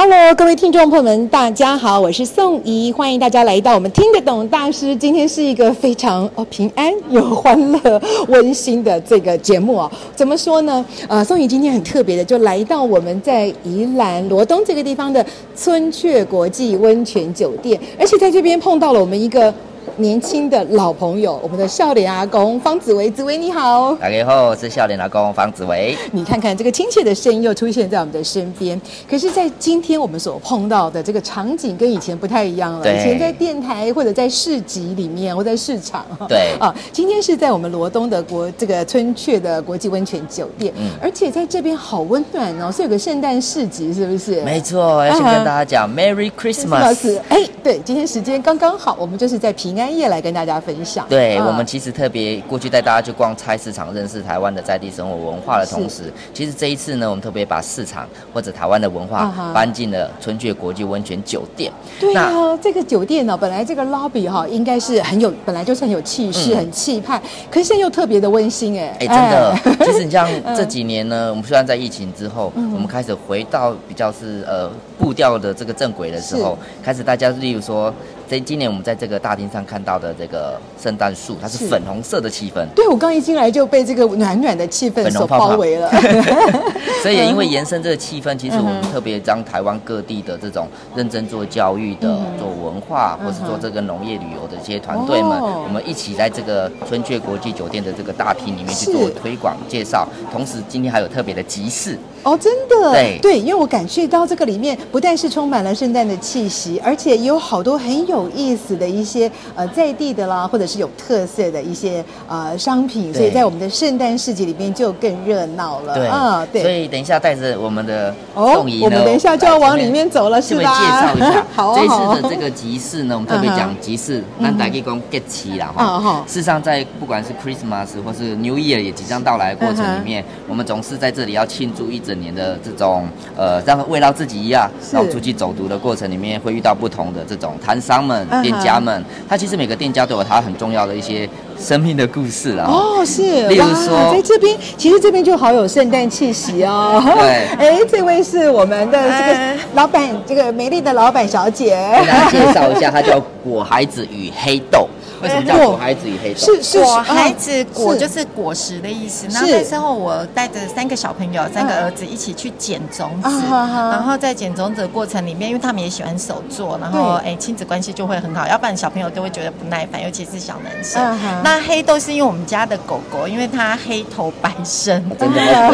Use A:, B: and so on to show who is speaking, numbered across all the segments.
A: Hello，各位听众朋友们，大家好，我是宋怡，欢迎大家来到我们听得懂大师。今天是一个非常哦平安又欢乐、温馨的这个节目哦。怎么说呢？呃，宋怡今天很特别的，就来到我们在宜兰罗东这个地方的春雀国际温泉酒店，而且在这边碰到了我们一个。年轻的老朋友，我们的笑脸阿公方子维，子维你好。
B: 大家好，我是笑脸老公方子维。
A: 你看看这个亲切的声音又出现在我们的身边。可是，在今天我们所碰到的这个场景跟以前不太一样了。
B: 对
A: 以前在电台或者在市集里面或在市场。
B: 对
A: 啊，今天是在我们罗东的国这个春雀的国际温泉酒店，
B: 嗯
A: 而且在这边好温暖哦，是有个圣诞市集，是不是？
B: 没错，要先
A: 嗯
B: 跟大家讲 Merry Christmas。
A: 哎，对，今天时间刚刚好，我们就是在平安夜来跟大家分享。
B: 对、
A: 啊
B: 我们其实特别过去带大家去逛菜市场，认识台湾的在地生活文化的同时，其实这一次呢，我们特别把市场或者台湾的文
A: 啊
B: 化
A: 哈
B: 搬进了春雀国际温泉酒店。
A: 对
B: 那
A: 啊，这个酒店呢、本来这个 lobby 哈、应该是很有，本来就是很有气势、
B: 嗯
A: 很气派，可是现在又特别的温馨哎、
B: 哎、真的，
A: 哎
B: 其实你像这几年呢，我们虽然在疫情之后，
A: 嗯
B: 我们开始回到比较是呃步调的这个正轨的时候，开始大家例如说，在今年我们在这个大厅上看到的这个圣诞树，它是
A: 是
B: 粉红色的气氛。
A: 对我刚一进来就被这个暖暖的气氛
B: 粉
A: 所
B: 红泡泡
A: 包围了。
B: 所以也因为延伸这个气氛，其实我们
A: 嗯哼
B: 特别将台湾各地的这种认真做教育的、
A: 嗯哼
B: 做文化，
A: 嗯哼
B: 或是做这个农业旅游的这些团队们，
A: 哦
B: 我们一起在这个春雀国际酒店的这个大厅里面去
A: 是
B: 做推广介绍。同时，今天还有特别的集市，
A: 哦，真的，
B: 对
A: 因为我感觉到这个里面不但是充满了圣诞的气息，而且也有好多很有意思的一些呃在地的啦，或者是有特色的一些呃商品，所以
B: 对
A: 在我们的圣诞市集里面就更热闹了。
B: 对，
A: 啊，对，
B: 所以等一下带着我们的
A: 哦
B: 宋，怡呢，
A: 我们等一下就要往里面走了，是
B: 这边
A: 吧？
B: 介绍一下
A: 好啊，
B: 这一
A: 好啊
B: 次的这个集市呢，我们特别讲集市，那大家讲 get 期啦
A: 嗯好
B: 哈。事实上，在不管是 Christmas 或是 New Year 也即将到来的过程
A: 嗯
B: 里面，我们总是在这里要庆祝一整年的这种呃，让慰劳自己一样，
A: 是
B: 然后出去走读的过程里面，会遇到不同的这种摊商们
A: 嗯、哼
B: 店家们，他其实每个店家都有他很重要的一些生命的故事啦。哈
A: 哦，是，
B: 例如
A: 哇
B: 说
A: 在这边，其实这边就好有圣诞气息哦。
B: 对
A: 哎，这位是我们的这个
C: 哎
A: 老板，这个美丽的老板小姐，
B: 跟大家介绍一下，它叫《果孩子与黑豆》。为什么叫《果孩子与黑豆》？
A: 是是
D: 果孩子果
A: 是
D: 就是果实的意思。
A: 是
D: 然后那时候我带着三个小朋友、三个儿子一起去捡种子
A: 啊，哈哈
D: 然后在捡种子的过程里面，因为他们也喜欢手做，然后哎亲子关系就会很好，要不然小朋友都会觉得不耐烦，尤其是小男生
A: 啊哈。
D: 那黑豆是因为我们家的狗狗，因为它黑头白身。
B: 真的
A: 啊
B: 吗？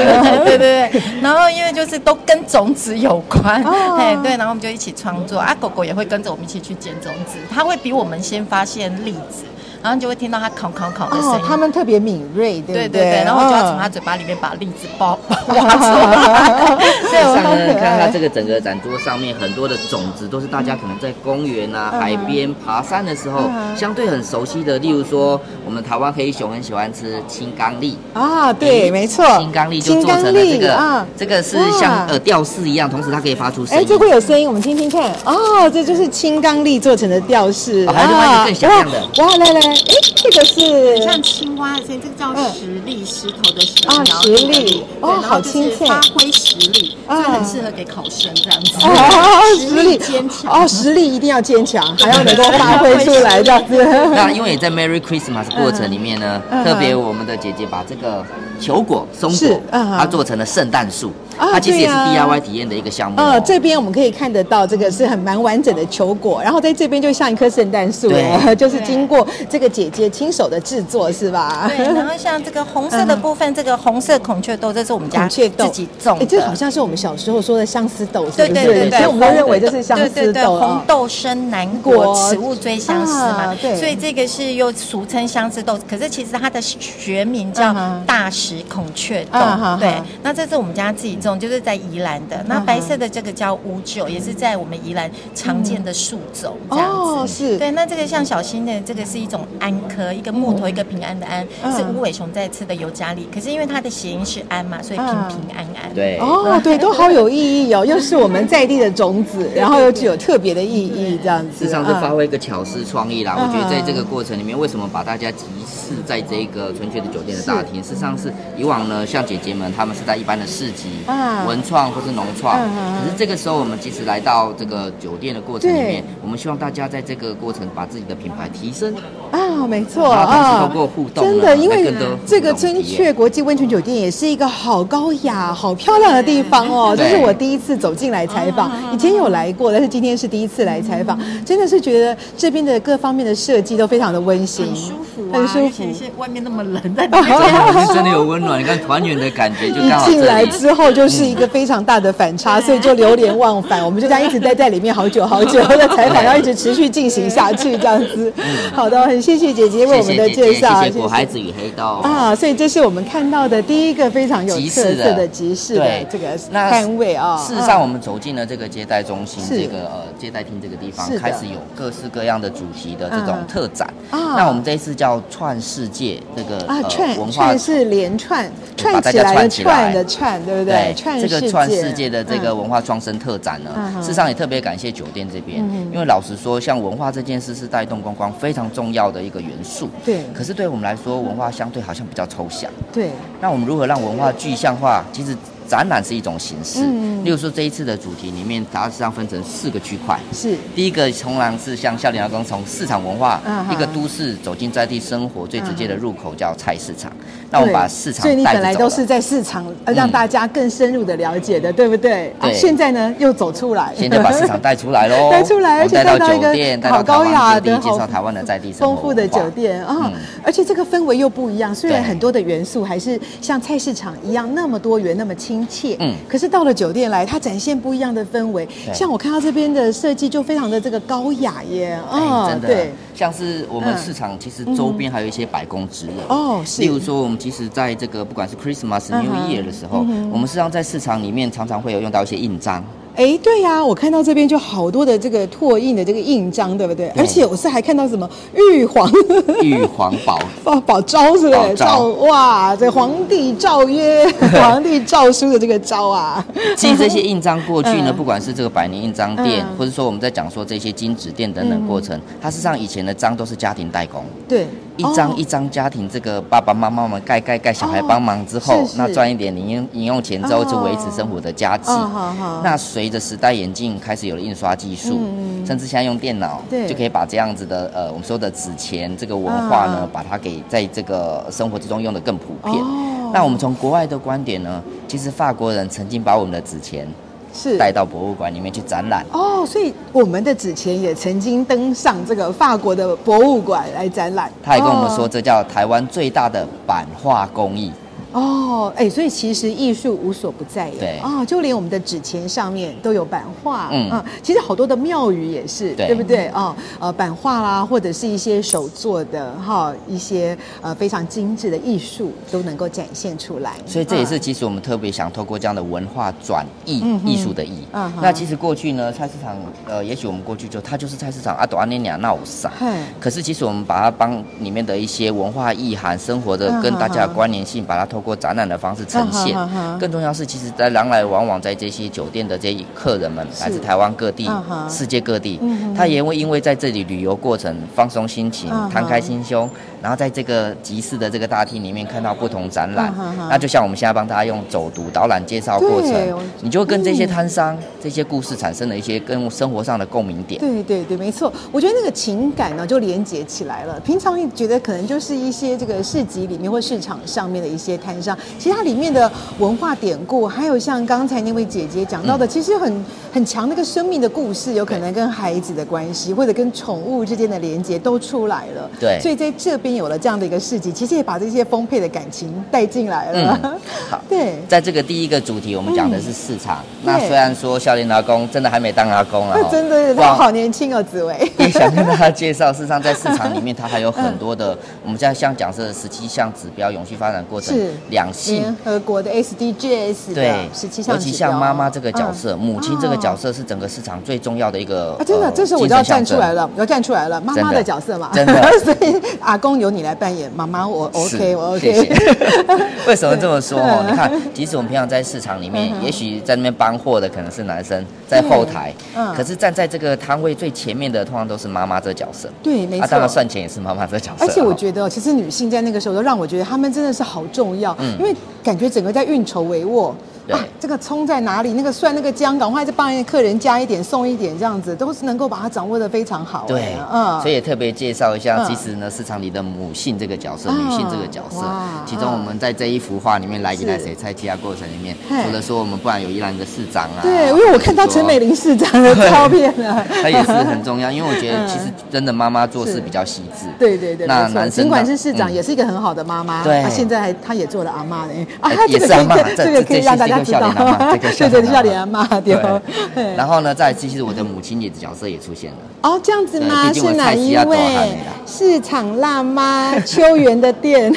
B: 对
D: 对对对，然后因为就是都跟种子有关，
A: 哦
D: 哎、对，然后我们就一起创作啊，狗狗也会跟着我们一起去捡种子，它会比我们先发现栗子，然后就会听到它烤烤烤的声音。
A: 哦，他们特别敏锐，对不对
D: 对对对，然后我就要 从它
A: 嗯
D: 嘴巴里面把栗子包挖出来。 对，
B: 上
D: 我
B: 呢，
A: 很可爱
B: 看它这个整个展桌上面很多的种子，都是大家可能在公园啊、
A: 嗯
B: 海边爬山的时候
A: 嗯
B: 相对很熟悉的，例如说我们台湾黑熊很喜欢吃青刚栗。
A: 啊，对，没错，
B: 青刚栗就做成了这
A: 青
B: 个，
A: 啊
B: 这个是
A: 哇
B: 像呃吊饰一样，同时它可以发出声
A: 哎，
B: 音。
A: 这会有声音，我们听听看。哦，这就是青刚力做成的吊饰
B: 哦还有另外一个更响亮的
A: 哇，哇来来来，哎，这个是
D: 像青蛙的声音，这个叫石栗，石头的石，
A: 啊
D: 苗栗的
A: 石栗
D: 栗
A: 哦
D: 对然
A: 好
D: 后就
A: 亲
D: 是
A: 切
D: 发挥实力，
A: 啊
D: 这很适合给考生这样子
A: 哦，，
D: 实力坚强。
A: 哦，实力一定要坚强，还要能够发挥出 来这样子。
B: 那因为也在 Merry Christmas 过程里面呢，
A: 嗯
B: 特别我们的姐姐把这个球果、松
A: 是
B: 果，
A: 嗯哼
B: 它做成了圣诞树，
A: 啊
B: 它其实也是
A: 对啊
B: DIY 体验的一个项目哦。
A: 呃，这边我们可以看得到，这个是很蛮完整的球果，然后在这边就像一棵圣诞树，
B: 对
A: 就是经过这个姐姐亲手的制作，是吧？
D: 对， 然后像这个红色的部分，这个红色孔雀豆，这是我们家
A: 孔雀豆
D: 自己种
A: 哎
D: 的，
A: 这好像是我们小时候说的相思豆，是不
D: 对
A: 是？
D: 对对对
A: 所以我们都认为这是相
D: 对对
A: 思
D: 对，
A: 豆
D: 红
A: 啊。
D: 豆生南国，
A: 国
D: 此物最相似
A: 啊
D: 嘛。
A: 对
D: 所以这个是又俗称相思豆，可是其实它的学名叫
A: 嗯哼
D: 大石孔雀豆
A: 啊哈哈。啊
D: 对，那这是我们家自己种就是在宜兰的，那白色的这个叫乌桕，也是在我们宜兰常见的树种这样子。
A: 哦，是，
D: 对，那这个像小新的这个是一种安科，一个木头，一个平安的安，
A: 嗯
D: 是无尾熊在吃的尤加利。可是因为它的谐音是安嘛，所以平
A: 嗯
D: 平安安。
B: 对，
A: 哦，对，都好有意义哦，又是我们在地的种子，然后又具有特别的意义，这样子。
B: 事实上是
A: 嗯
B: 发挥一个巧思创意啦。
A: 嗯
B: 我觉得在这个过程里面，为什么把大家集市在这个纯粹的酒店的大厅？事实上是以往呢，像姐姐们她们是在一般的市集
A: 嗯、
B: 文创或是农创
A: 嗯嗯嗯，
B: 可是这个时候我们其实来到这个酒店的过程里
A: 对
B: 面，我们希望大家在这个过程把自己的品牌提升，
A: 啊，没错
B: 然后同时
A: 啊，
B: 通过互动呢
A: 真的，因
B: 来
A: 为
B: 更多互动
A: 这个
B: 体
A: 春
B: 验
A: 雀国际温泉酒店也是一个好高雅、好漂亮的地方哦。这
B: 对啊
A: 是我第一次走进来采访，以前有来过，但是今天是第一次来采访，
B: 嗯
A: 真的是觉得这边的各方面的设计都非常的温馨，
D: 很舒服啊，
A: 很舒
D: 尤
A: 服
D: 其。是外面那么冷，在 里面
B: 这样是真的有温暖。你看团圆的感觉就
A: 一
B: 刚好
A: 进
B: 这
A: 来
B: 里。
A: 之后就是一个非常大的反差，所以就流连忘返。我们就这样一直待在里面好久好久，的采访要一直持续进行下去，这样子。好的，很谢谢姐姐为
B: 谢
A: 我们
B: 嗯谢
A: 的
B: 姐姐，
A: 介绍，
B: 谢谢果孩子与黑豆。
A: 啊，所以这是我们看到的第一个非常有
B: 集
A: 特
B: 市
A: 色的集市的
B: 对
A: 这个
B: 那
A: 摊位啊。
B: 事实上，我
A: 们
B: 们走进了这个接待中心，
A: 是
B: 这个呃接待厅这个地方
A: 是的，
B: 开始有各式各样的主题的这种
A: 嗯
B: 特展。
A: 啊
B: 那我们这一次叫串世界这个
A: 啊
B: 呃
A: 串
B: 文化
A: 串。是连串
B: 对
A: 串
B: 把大
A: 起
B: 家
A: 来的
B: 串起来
A: 串的串，对不对？串
B: 这
A: 世
B: 个
A: 界
B: 串世界的这个
A: 嗯
B: 文化创生特展呢
A: 嗯，哼
B: 事实上也特别感谢酒店这边
A: 嗯哼，
B: 因为老实说，像文化这件事是带动观光非常重要的一个元素。
A: 对
B: 可是对我们来说，文化相对好像比较抽象。
A: 对
B: 那我们如何让文化具象化？其实展览是一种形式。
A: 嗯
B: 例如说这一次的主题里面，它实际上分成四个区块。
A: 是
B: 第一个从然是像笑脸阿公从市场文化
A: 嗯，哼
B: 一个都市走进在地生活最直接的入口叫菜市场。那我们
A: 嗯对
B: 把市场
A: 所以你
B: 带
A: 本来
B: 着
A: 都
B: 走
A: 是
B: 了。
A: 在市场，呃让
B: 嗯
A: 大家更深入的了解的，对不对？啊
B: 对
A: 现在呢又走出来，
B: 现在 把市场带出来喽，
A: 带出来，
B: 我
A: 而
B: 们
A: 且
B: 带到
A: 到一
B: 酒
A: 个
B: 店，带
A: 好
B: 到台
A: 高雅
B: 湾
A: 的、
B: 各地，介
A: 好
B: 绍台湾的在地生活
A: 丰富的
B: 文化
A: 酒店啊
B: 嗯，
A: 而且这个氛围又不一样。虽然
B: 对
A: 很多的元素还是像菜市场一样那么多元、那么亲切，
B: 嗯
A: 可是到了酒店来，它展现不一样的氛围。
B: 对
A: 像我看到这边的设计就非常的这个高雅耶，啊
B: 哎，真
A: 哦
B: 的
A: 对，，
B: 像是我们
A: 嗯
B: 市场其实周边还有一些百工之乐
A: 哦是
B: 例如说我们其实在这个不管是 Christmas、
A: 嗯
B: New
A: 哼
B: Year 的时候
A: 嗯哼，
B: 我们实际上在市场里面常常会有用到一些印章，
A: 哎，对呀、我看到这边就好多的这个拓印的这个印章，对不对？而且我是还看到什么玉皇
B: 玉皇宝
A: 宝哦宝昭是不
B: 宝
A: 是？
B: 昭
A: 诏哇，这皇帝诏 曰、皇帝诏书的这个诏啊，
B: 其实这些印章过去呢，
A: 嗯
B: 不管是这个百年印章店
A: 嗯，
B: 或者说我们在讲说这些金纸店等等过程，它事实上以前的章都是家庭代工。
A: 对，
B: 一张
A: 哦
B: 一张家庭，这个爸爸妈妈们盖盖盖，小孩帮忙之后，
A: 哦是是
B: 那赚一点零用零用钱之后，就维持生活的家计。
A: 哦好好
B: 那随着时代演进，开始有了印刷技术，
A: 嗯
B: 甚至现在用电脑
A: 对
B: 就可以把这样子的呃我们说的纸钱这个文化呢，
A: 嗯
B: 把它给在这个生活之中用的更普遍。
A: 哦
B: 那我们从国外的观点呢，其实法国人曾经把我们的纸钱
A: 是
B: 带到博物馆里面去展览。
A: 哦，所以我们的纸钱也曾经登上这个法国的博物馆来展览。
B: 他也跟我们说，这叫台湾最大的版画工艺。
A: 哦，哎、所以其实艺术无所不在耶。
B: 对
A: 哦，就连我们的纸钱上面都有版画。
B: 嗯
A: 其实好多的庙宇也是，
B: 对
A: 不对？哦，呃，版画啦，或者是一些手做的哈、一些呃非常精致的艺术都能够展现出来。
B: 所以这也是
A: 嗯
B: 其实我们特别想透过这样的文化转译
A: 嗯哼
B: 艺术的艺
A: 嗯哼。
B: 那其实过去呢，菜市场呃，也许我们过去就它就是菜市场阿朵阿涅尼亚闹啥
A: 嘿。
B: 可是其实我们把它帮里面的一些文化意涵、生活的
A: 嗯
B: 跟
A: 哼
B: 大家的
A: 哼
B: 关联性，把它透过展览的方式呈现
A: 嗯哼哼哼。
B: 更重要是，其实在来来往往在这些酒店的这些客人们，来自台湾各地
A: 嗯哼、
B: 世界各地
A: 嗯哼，
B: 他也会因为在这里旅游过程放松心情
A: 嗯哼、
B: 摊开心胸，然后在这个集市的这个大厅里面看到不同展
A: 嗯
B: 览
A: 哼哼，
B: 那就像我们现在帮大家用走读导览介绍过程
A: 对我，嗯
B: 你就会跟这些摊商、这些故事产生了一些跟生活上的共鸣点。
A: 对对对，没错，我觉得那个情感呢就连接起来了。平常觉得可能就是一些这个市集里面或市场上面的一些摊商，其实它里面的文化典故，还有像刚才那位姐姐讲
B: 嗯
A: 到的，其实很很强那个生命的故事，有可能跟孩子的关系，或者跟宠物之间的连接都出来了。
B: 对
A: 所以在这边有了这样的一个市集，其实也把这些丰沛的感情带进来了。
B: 嗯好
A: 对。
B: 在这个第一个主题，我们讲的是市场。
A: 嗯
B: 那
A: 对
B: 虽然说笑脸阿公真的还没当阿公了
A: 那
B: 哦，
A: 真的，
B: 不
A: 他
B: 然
A: 好年轻哦，紫薇。
B: 也想跟大家介绍，事 实上在市场里面，它还有很多的，我们现在像讲这十七项指标永续发展过程
A: 是，
B: 两性
A: 联合国的 SDGs
B: 对
A: 的十七，项
B: 尤
A: 指
B: 其
A: 标
B: 像妈妈这个角色，
A: 嗯
B: 母亲这个
A: 哦
B: 角色是整个市场最重要的一个。
A: 啊，真的，
B: 呃
A: 这时候我就要站出来。
B: 精神象征
A: 了，我要站出来了，妈妈
B: 真
A: 的
B: 的
A: 角色嘛，
B: 真的
A: 所以阿公由你来扮演妈妈，我
B: 是
A: OK，我
B: 谢
A: OK，
B: 谢 为什么这么说？哦，
A: 对
B: 你看，即使我们平常在市场里面
A: 嗯，哼
B: 也许在那边搬货的可能是男生，在后台
A: 嗯，
B: 可是站在这个摊位最前面的，通常都是妈妈这个角色。
A: 对，没
B: 啊，当然
A: 错。
B: 算钱也是妈妈这个角色。
A: 而且我
B: 哦
A: 觉得，其实女性在那个时候，都让我觉得她们真的是好重要，
B: 嗯
A: 因为感觉整个在运筹帷幄。
B: 对
A: 啊，这个葱在哪里？那个蒜、那个姜，赶快再帮客人加一点、送一点，这样子都是能够把它掌握的非常好。
B: 对
A: 哎，嗯，
B: 所以也特别介绍一下，
A: 嗯
B: 其实呢，市场里的母性这个角色，
A: 啊
B: 女性这个角色
A: 哇，嗯
B: 其中我们在这一幅画里面，来给
A: 是
B: 来谁猜其他过程里面，
A: 嘿
B: 除了说我们不然有宜兰的市长啊，
A: 对，因为我看到陈美。玲市长的照片啊了，
B: 她也是很重要，因为我觉得
A: 嗯
B: 其实真的妈妈做
A: 是
B: 事比较细致。
A: 对对对，
B: 那
A: 没错
B: 男生
A: 尽管
B: 呢
A: 是市长，
B: 嗯
A: 也是一个很好的妈妈。
B: 对
A: 她现在还她也做了阿妈呢。啊
B: 哎，
A: 这
B: 也
A: 个可
B: 是
A: 以
B: 阿嬷，
A: 这
B: 这
A: 个
B: 这
A: 可以让大家
B: 这
A: 知
B: 是一个
A: 道
B: 笑脸阿嬷，这
A: 对
B: 个
A: 对，笑脸
B: 阿
A: 阿
B: 嬷
A: 妈对哦。
B: 对，然后呢，再来其实我的母亲也角色也出现了，
A: 哦，这样子
B: 对
A: 吗？
B: 毕竟我
A: 是哪
B: 菜系
A: 一
B: 要多
A: 位
B: 喊你啦？
A: 市场辣妈，秋园的店。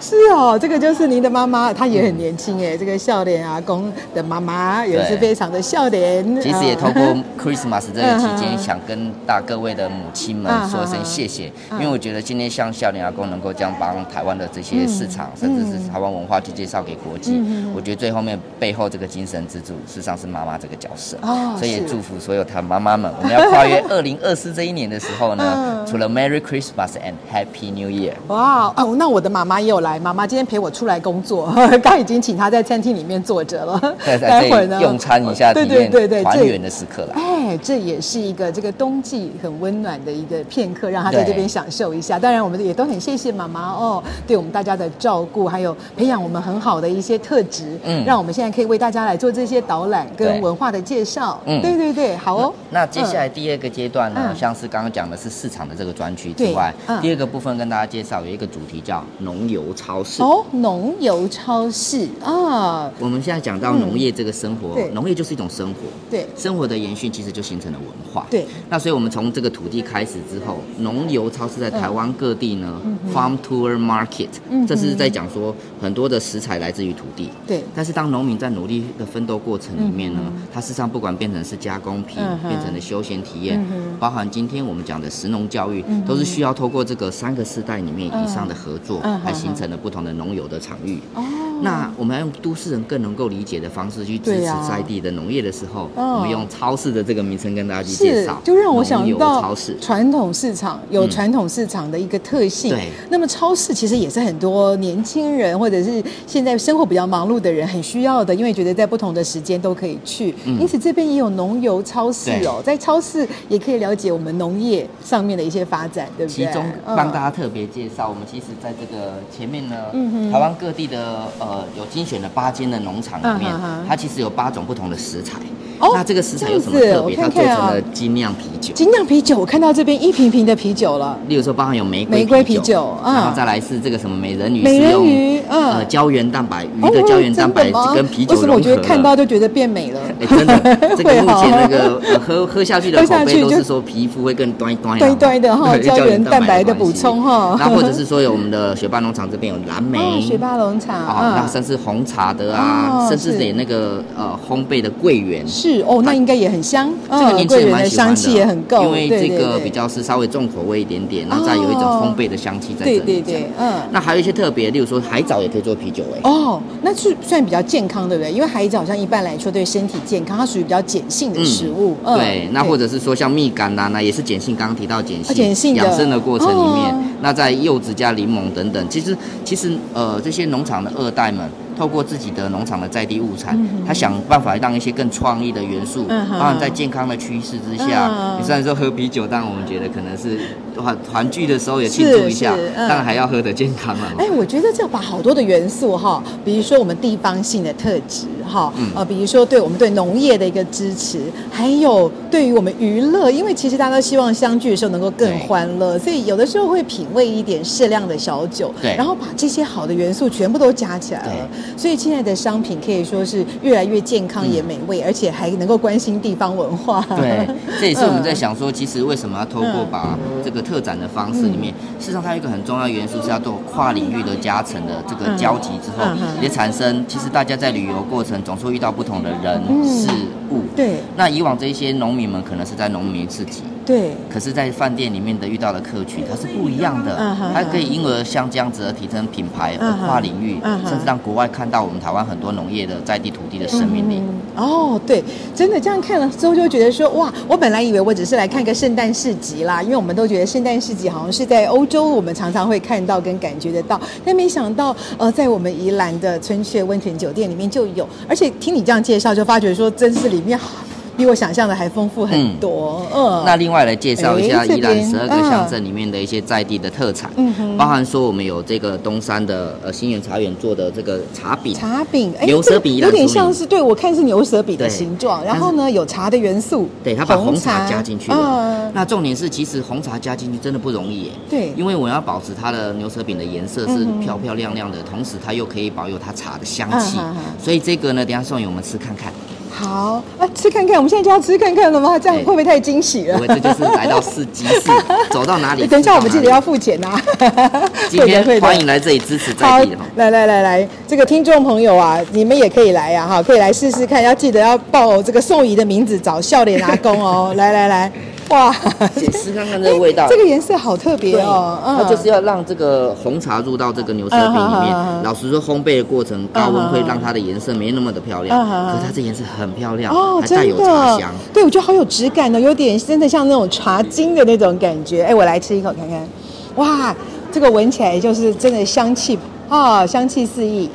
A: 是哦，这个就是您的妈妈，她也很年轻哎。这个笑脸阿公的妈妈也是
B: 对
A: 非常的笑脸。
B: 其实也
A: 嗯
B: 透过 Christmas 这个
A: 嗯
B: 期
A: 嗯嗯
B: 间，想跟大各位的母亲们
A: 嗯
B: 说声谢谢，因为我觉得今天像笑脸阿公能够这样帮台湾的这些市场，
A: 嗯
B: 甚至是台湾文化去介绍给国际，我觉得最后面背后这个精神支柱，事实上是妈妈这个角色
A: 哦，
B: 所以也
A: 是
B: 祝福所有台妈妈们，我们 要跨越二零二四这一年的时候呢
A: 嗯，
B: 除了 Merry Christmas and Happy New Year。
A: 哇哦，那我的妈妈也有来，妈妈今天陪我出来工作， 刚已经请她在餐厅里面坐着了，
B: 在在
A: 待会
B: 这
A: 儿呢
B: 里用餐一下，
A: 对
B: 体
A: 对对对，
B: 验团
A: 这
B: 圆。的时刻啦。
A: 哎，这也是一个这个冬季很温暖的一个片刻，让她在
B: 对
A: 这边享受一下。当然，我们也都很谢谢妈妈哦，对我们大家的照顾，还有培养我们很好的一些特质，嗯，
B: 嗯
A: 让我们现在可以为大家来做这些导览跟
B: 对
A: 文化的介绍。
B: 嗯
A: 对对对，好哦。
B: 那接下来第二个阶段呢，
A: 嗯
B: 像是刚刚讲的是市场的这个专区之外
A: 对，嗯
B: 第二个部分跟大家介绍有一个主题叫农游超市。
A: 哦，农游超市啊，
B: 我们现在讲到农业这个生活
A: 嗯对，
B: 农业就是一种生活，
A: 对
B: 生活的延续其实就形成了文化。
A: 对，
B: 那所以我们从这个土地开始之后，农游超市在台湾各地呢，farm tour market，
A: 嗯嗯哼
B: 这是在讲说很多的食材来自于土地。
A: 对
B: 但是当农民在努力的奋斗过程里面呢，它事实上不管变成是加工品
A: 嗯嗯，哼
B: 变成了休闲体验
A: 嗯哼，嗯
B: 包含今天我们讲的食农教育，都是需要透过这个三个世代里面以上的合作
A: 嗯嗯，
B: 来形成了不同的农游的场域。
A: 哦，
B: 那我们要用都市人更能够理解的方式去支
A: 对
B: 持
A: 啊
B: 在地的农业的时候，
A: 嗯
B: 我们用超市的这个名称跟大家去介
A: 是
B: 绍，，
A: 就让我想
B: 农友
A: 到
B: 超市。
A: 传统市场有
B: 嗯
A: 传统市场的一个特性。
B: 对
A: 那么超市其实也是很多年轻人或者是现在生活比较忙碌的人很需要的，因为觉得在不同的时间都可以去。
B: 嗯
A: 因此这边也有农游超市哦，在超市也可以了解我们农业上面的一些发展，对不
B: 其
A: 对？
B: 中
A: 嗯
B: 帮大家特别介绍，我们其实在这个前面呢，
A: 嗯哼
B: 台湾各地的呃有精选的八间的农场里面
A: 嗯哼哼，
B: 它其实有八种不同的食材。
A: 哦
B: 那这个食材
A: 这
B: 有
A: 样
B: 什么
A: 子
B: 特
A: 我
B: 别？
A: 看
B: 它做
A: 看
B: 成
A: 啊
B: 了精酿啤酒。
A: 精酿啤酒，我看到这边一瓶瓶的啤酒了。
B: 例如说，包含有玫
A: 玫
B: 瑰
A: 瑰
B: 啤
A: 啤酒嗯
B: 然后再来是这个什么美人鱼，
A: 美人
B: 是用
A: 鱼嗯
B: 呃胶原蛋白，鱼
A: 哦
B: 的胶原蛋白
A: 真的吗
B: 跟啤酒
A: 为什么
B: 融合
A: 我觉得
B: 了
A: 看到就觉得变美了？
B: 哎、真的，这
A: 会
B: 个目
A: 哈
B: 前那个、呃、喝喝下去的
A: 喝
B: 口
A: 下去
B: 碑都
A: 就是
B: 说皮肤会更端端
A: 端端的哈
B: 对
A: 胶原蛋白的
B: 关
A: 补
B: 系
A: 充 哈
B: 那或者 是说有我们的雪霸农场这边有蓝莓，
A: 哦雪巴农场
B: 哦，那
A: 啊，
B: 甚至红茶的啊，
A: 哦
B: 甚至
A: 是
B: 得那个呃烘焙的桂圆。
A: 是哦，那应该也很香。
B: 这个
A: 嗯
B: 年轻
A: 桂
B: 人
A: 圆的
B: 蛮喜欢
A: 香
B: 的，哦
A: 气也很够，
B: 因为
A: 对
B: 这
A: 对
B: 个
A: 对
B: 比较是稍微重口味一点点，然后再有一种烘焙的香气在这里。
A: 对对对，嗯。
B: 那还有一些特别，例如说海藻也可以做啤酒哎、
A: 哦，那是算比较健康，对不对？因为海藻好像一般来说对身体健康，它属于比较碱性的食物。嗯，
B: 对，那或者是说像蜜柑呐、那也是碱性，刚刚提到碱
A: 啊
B: 性，
A: 碱性的
B: 养生的过程里面，
A: 哦
B: 那在柚子加柠檬等等，其实其实呃这些农场的二代们。透过自己的农场的在地物产，他想办法让一些更创意的元素，
A: 嗯哼
B: 包含在健康的趋势之下。
A: 嗯
B: 你虽然说喝啤酒，但我们觉得可能是团团聚的时候也庆
A: 是
B: 祝一下，
A: 是嗯
B: 当然还要喝得健康了嘛。
A: 哎，我觉得这要把好多的元素哈，比如说我们地方性的特质哈
B: 嗯，
A: 呃，比如说对我们对农业的一个支持，还有对于我们娱乐，因为其实大家都希望相聚的时候能够更
B: 对
A: 欢乐，所以有的时候会品味一点适量的小酒，
B: 对
A: 然后把这些好的元素全部都加起来了，所以现在的商品可以说是越来越健康也美味，而且还能够关心地方文化，，
B: 嗯对 这也是我们在想说，其实为什么要透过把这个特展的方式里面，事实上它有一个很重要的元素是要做跨领域的加成的这个交集之后
A: 嗯嗯嗯，
B: 也产生其实大家在旅游过程总是会遇到不同的人
A: 嗯
B: 事物。
A: 对
B: 那以往这一些农民们可能是在农民自己，
A: 对
B: 可是，在饭店里面的遇到的客群，它是不一样的
A: 嗯哼，
B: 它可以因而像这样子而提升品牌，
A: 嗯
B: 而
A: 哼
B: 跨领域
A: 嗯，哼
B: 甚至让国外看到我们台湾很多农业的在地土地的生命力。
A: 嗯哦，对，真的这样看了之后就觉得说，哇，我本来以为我只是来看个圣诞市集啦，因为我们都觉得圣诞市集好像是在欧洲我们常常会看到跟感觉得到，但没想到呃，在我们宜兰的春雀温泉酒店里面就有，而且听你这样介绍，就发觉说真是里面好比我想象的还丰富很多。嗯，
B: 那另外来介绍一下
A: 哎这
B: 宜兰
A: 边
B: 十二个乡镇里面的一些在地的特产，
A: 嗯哼
B: 包含说我们有这个东山的呃新源茶园做的这个茶饼，
A: 茶饼，哎，
B: 牛舌饼
A: 对
B: 宜
A: 有
B: 兰
A: 点
B: 出名
A: 像是对我看是牛舌饼的
B: 对
A: 形状，然后呢有茶的元素，
B: 对，它把红茶加进去了
A: 嗯。
B: 那重点是，其实红茶加进去真的不容易耶。
A: 对，嗯
B: 因为我要保持它的牛舌饼的颜色是漂漂亮亮的，同时它又可以保有它茶的香气
A: 嗯哼哼，
B: 所以这个呢，等一下送给我们吃看 看。
A: 好啊，吃看看，我们现在就要吃看看了吗？这样会不会太惊喜了
B: 我？这就是来到市集市，走到哪 里？
A: 等一下，我们
B: 吃
A: 记得
B: 到哪
A: 要
B: 里
A: 付钱啊呐、
B: 今天欢迎来这里支持
A: 好
B: 在地的哈。，
A: 来来来来，这个听众朋友啊，你们也可以来呀、哈，可以来试试看，要记得要报这个兽姨的名字，找笑脸阿公哦。来来来， 哇，
B: 先试看看这个味道
A: 哎这个颜色好特别哦，
B: 它就是要让这个红茶入到这个牛舌饼
A: 嗯
B: 里
A: 嗯嗯嗯
B: 面。老实说，烘焙的过程高温会让它的颜色没那么的漂亮
A: 嗯嗯嗯，
B: 可是它这颜色很漂亮
A: 哦，，
B: 啊还带
A: 真
B: 有茶
A: 的
B: 香。，
A: 对我觉得好有质感哦，有点真的像那种茶精的那种感觉。哎，我来吃一口看看，哇，这个闻起来就是真的香气啊、香气四溢。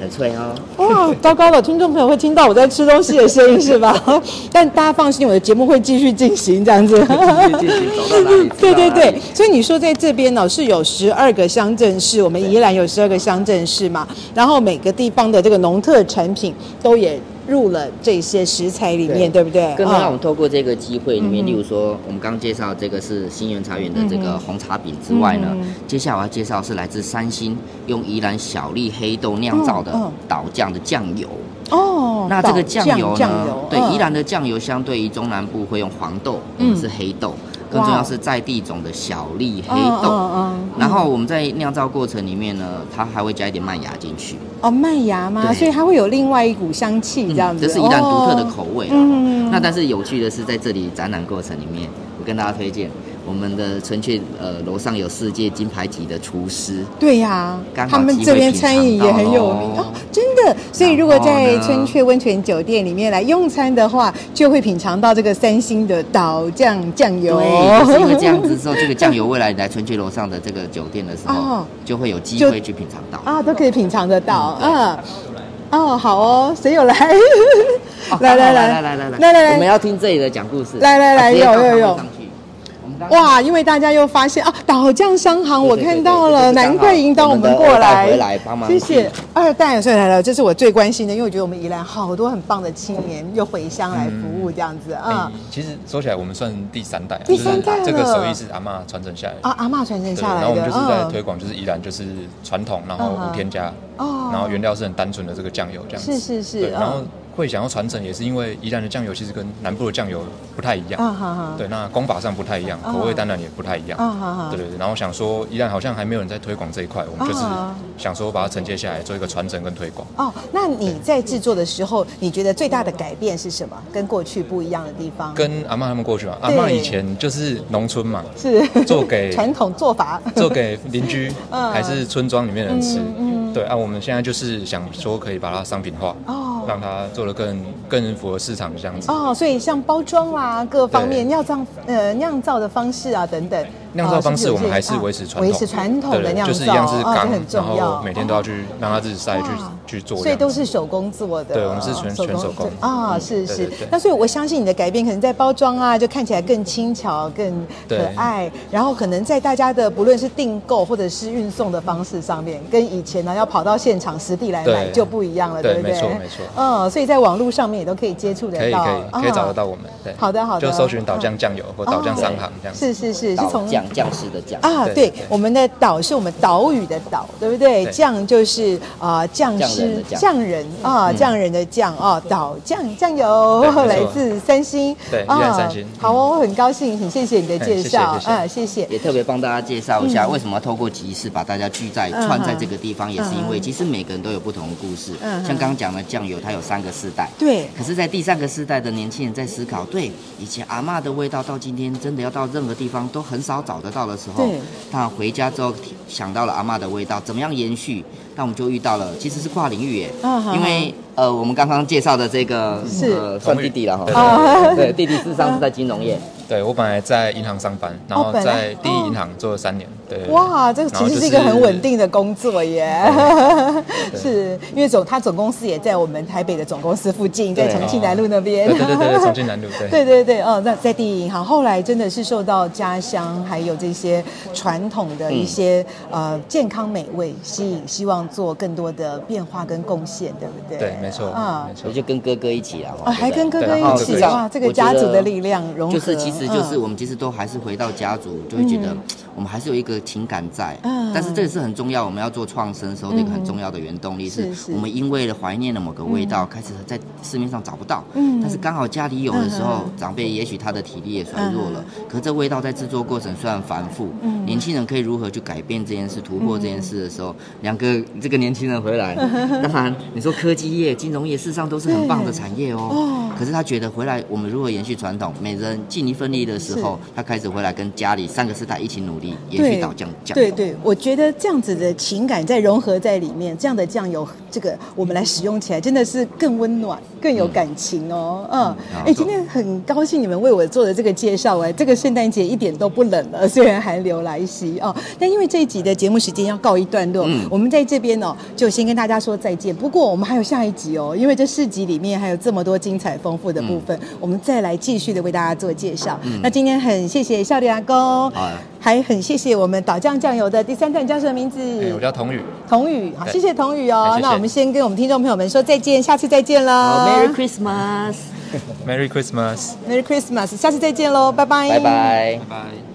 B: 很脆 哦。
A: 哇，糟糕了！听众朋友会听到我在吃东西的声音是吧？ 但大家放心，我的节目会继续进行这样子。
B: 继续走到哪里？
A: 对对
B: 吃到哪
A: 对
B: 里，
A: 所以你说在这边呢、是有十二个乡镇市，我们宜兰有十二个乡镇市嘛，然后每个地方的这个农特产品都也入了这些食材里面，对
B: 对
A: 不对？
B: 更让
A: 嗯
B: 我们透过这个机会里面，
A: 嗯
B: 例如说我们刚介绍这个是新源茶园的这个红茶饼之外呢，
A: 嗯
B: 接下来我要介绍是来自三星用宜兰小粒黑豆酿造
A: 嗯
B: 的
A: 嗯
B: 岛酱的酱油。
A: 哦，
B: 那这个
A: 宝
B: 酱油
A: 酱
B: 呢
A: 油？
B: 对，
A: 嗯
B: 宜兰的酱油相对于中南部会用黄豆，我
A: 嗯
B: 们是黑豆，更重
A: 哇
B: 要是在地种的小粒黑
A: 嗯
B: 豆。
A: 嗯嗯
B: 然后我们在酿造过程里面呢，它还会加一点麦芽进去，
A: 哦，麦芽吗？
B: 对
A: 所以它会有另外一股香气，这样
B: 嗯
A: 子。
B: 这是宜兰独特的
A: 哦
B: 口味啦。
A: 嗯
B: 那但是有趣的是，在这里展览过程里面，我跟大家推荐我们的春雀呃楼上有世界金牌级的厨师，
A: 对呀、
B: 刚好
A: 他们这边餐饮也很有名
B: 机会品尝到
A: 哦
B: 咯，
A: 真的。所以如果在
B: 然后呢
A: 春雀温泉酒店里面来用餐的话，就会品尝到这个三星的岛酱酱油。
B: 对，就是因为这样子之后，这个酱油未来你来春雀楼上的这个酒店的时候
A: 哦，
B: 就会有机
A: 就
B: 会去品尝到。
A: 啊，都可以品尝得到，嗯。哦，好哦，谁有来？
B: 哦
A: 来来
B: 来
A: 来
B: 来来
A: 来来
B: 我们要听这里的讲故事。
A: 来来来
B: 啊直接到
A: 有有
B: 他们
A: 有
B: 上去我们刚刚
A: 哇，因为大家又发现啊，岛酱商行我
B: 对对
A: 看
B: 对
A: 到
B: 对
A: 了，
B: 对对
A: 难怪引导我们
B: 我
A: 过
B: 们的二
A: 来，
B: 代回来帮忙
A: 谢谢
B: 去
A: 二代，所以来了，这是我最关心的，因为我觉得我们宜兰好多很棒的青年又回乡来服务这样子啊
E: 哎，其实说起来，我们算第三代啊，
A: 第三代
E: 就是这个
A: 了
E: 手艺是阿嬷传承下来的。
A: 啊，阿嬷传承
E: 对，
A: 下
E: 然
A: 来
E: 后我
A: 的，
E: 们就是在
A: 嗯
E: 推广，就是依然就是传统，然后
A: 嗯
E: 无添加，
A: 哦
E: 然后原料是很单纯的这个酱油这样子。
A: 是是是
E: 对，
A: 嗯
E: 然后会想要传承，也是因为宜兰的酱油其实跟南部的酱油不太一
A: 啊
E: 样。
A: 哈哈，
E: 对，那功法上不太一样，
A: 嗯
E: 口味当然也不太一样。
A: 嗯嗯嗯
E: 对对对，然后想说宜兰好像还没有人在推广这一块，我们就是
A: 嗯
E: 想说把它承接下来，做一个传承跟推广。
A: 哦，那你在制作的时候，你觉得最大的改变是什么？跟过去不一样的地方？
E: 跟阿嬷他们过去嘛，阿
A: 对
E: 嬷以前就是农村嘛，
A: 是
E: 做 给
A: 传统做法，
E: 做给邻居
A: 嗯
E: 还是村庄里面的人吃。
A: 嗯
E: 对啊，我们现在就是想说可以把它商品化，
A: 哦
E: 让它做的更更符合市场这样子。
A: 哦，所以像包装啦、各方面
E: 对
A: 酿造呃酿造的方式啊等等，
E: 酿造方式
A: 哦
E: 我们还是
A: 有些
E: 维持传
A: 啊
E: 统，
A: 维持传统
E: 对
A: 的酿造，
E: 就是一样是
A: 哦这
E: 缸
A: 很，
E: 然
A: 重要。
E: 后每天都要去让它日晒
A: 哇
E: 去去做，
A: 所以都是手工做的。哦
E: 对我们是全全手工
A: 啊、
E: 嗯
A: 是
E: 对
A: 是
E: 对对。
A: 那所以我相信你的改变，可能在包装啊，就看起来更轻巧、更可
E: 对
A: 爱，然后可能在大家的不论是订购或者是运送的方式上面，跟以前呢要跑到现场实地来买
E: 对
A: 就不一样了，对
E: 对
A: 不对？
E: 没错没错
A: 嗯，所以在网络上面也都可以接触得
E: 可以
A: 到，
E: 可以可以
A: 啊
E: 找得到我们。对，
A: 好的好的
E: 就搜寻岛酱酱油或岛酱
A: 哦
E: 商行这样子。
A: 是是是，是
B: 岛
A: 从
B: 酱酱式的酱
A: 啊，
E: 对
A: 对
E: 对，
A: 我们的岛是我们岛屿的岛，对不对？
E: 对
A: 酱就是啊，酱
B: 匠人
A: 师
B: 的匠
A: 匠人啊，匠人的匠啊，岛酱酱油
E: 嗯对没错
A: 来自三星，
E: 对
A: 啊
E: 宜兰三星嗯
A: 好哦，很高兴，很谢谢你的
E: 哎
A: 介
E: 谢谢
A: 绍
E: 谢，谢
A: 啊，谢谢。
B: 也特别帮大家介绍一下，为什么要透过集市把大家聚在
A: 嗯
B: 串在这个地方，也是因为
A: 嗯
B: 其实每个人都有不同的故事。
A: 嗯
B: 像刚刚讲的酱油，它有三个世代。
A: 对，
B: 可是，在第三个世代的年轻人在思考，对以前阿嬷的味道，到今天真的要到任何地方都很少找得到的时候
A: 对，
B: 那回家之后想到了阿嬷的味道，怎么样延续？那我们就遇到了，其实是跨领域耶，
A: 啊好
B: 因为呃，我们刚刚介绍的这个
A: 是
B: 呃、算弟弟了哈
E: 对，
A: 啊
B: 对，弟弟事实上是在金融 业，
E: 对我本来在银行上班，然
A: 哦
E: 后
A: 本来
E: 在第一银行做了三年。对，对
A: 哇，这个
E: 然后
A: 其实
E: 就是
A: 一个很稳定的工作耶，
E: 对
A: 是因为总他总公司也在我们台北的总公司附近，在
B: 对
A: 重庆南路那边。
E: 哦对对对对对，重庆南路。
A: 对对对，哦，那在第一银行，后来真的是受到家乡还有这些传统的一些、呃健康美味吸引，希望做更多的变化跟贡献，对不对？
E: 对，没错
A: 啊，
E: 没错
B: 我。就跟哥哥一起了哈，
A: 哦，还
B: 对
A: 跟
B: 不对
A: 哥哥
E: 对
A: 一
E: 然后
A: 起
E: 对
A: 哇，这个
B: 我觉
A: 家
B: 得
A: 族的力量融合，
B: 就是其实就是
A: 嗯
B: 我们其实都还是回到家族，就会觉得我们还是有一个情感在，
A: 嗯
B: 但是这也是很重要，我们要做创生时候的一个很重要的原动力，
A: 是
B: 是
A: 是
B: 我们因为了怀念了某个味道，开始在市面上找不到，
A: 嗯
B: 但是刚好家里有的时候
A: 嗯，
B: 长辈也许他的体力也衰弱了，可这味道在制作过程虽然繁复，
A: 嗯
B: 年轻人可以如何去改变这件事、突破这件事的时候，两个这个年轻人回 来，当然你说科技业、金融业，事实上都是很棒的
A: 对
B: 产业哦。
A: 哦
B: 可是他觉得回来，我们如何延续传统，每人尽一份力的时候，他开始回来跟家里三个世代一起努力，延续到酱酱。
A: 对对，我觉得这样子的情感在融合在里面，这样的酱油，这个我们来使用起来真的是更温暖、更有感情哦。嗯，哎、
B: 没错
A: 今天很高兴你们为我做的这个介绍，哎，这个圣诞节一点都不冷了， 虽然寒流来袭哦。但因为这一集的节目时间要告一段落，
B: 嗯
A: 我们在这边哦就先跟大家说再见。不过我们还有下一集哦，因为这四集里面还有这么多精彩丰富的
B: 嗯
A: 部分，我们再来继续的为大家做介绍。那今天很谢谢笑脸阿公。
B: 好啊
A: 还很谢谢我们岛酱酱油的第三代叫什么名字？
E: 哎，我叫童宇。
A: 童宇，好，
E: 对
A: 谢谢童宇哦。
E: 哎谢谢
A: 那我们先跟我们听众朋友们说再见，下次再见
B: 好
A: 喽。
B: ，Merry Christmas，
E: Merry Christmas。
A: Merry Christmas，下次再见喽，拜拜，
B: 拜拜。
E: 拜。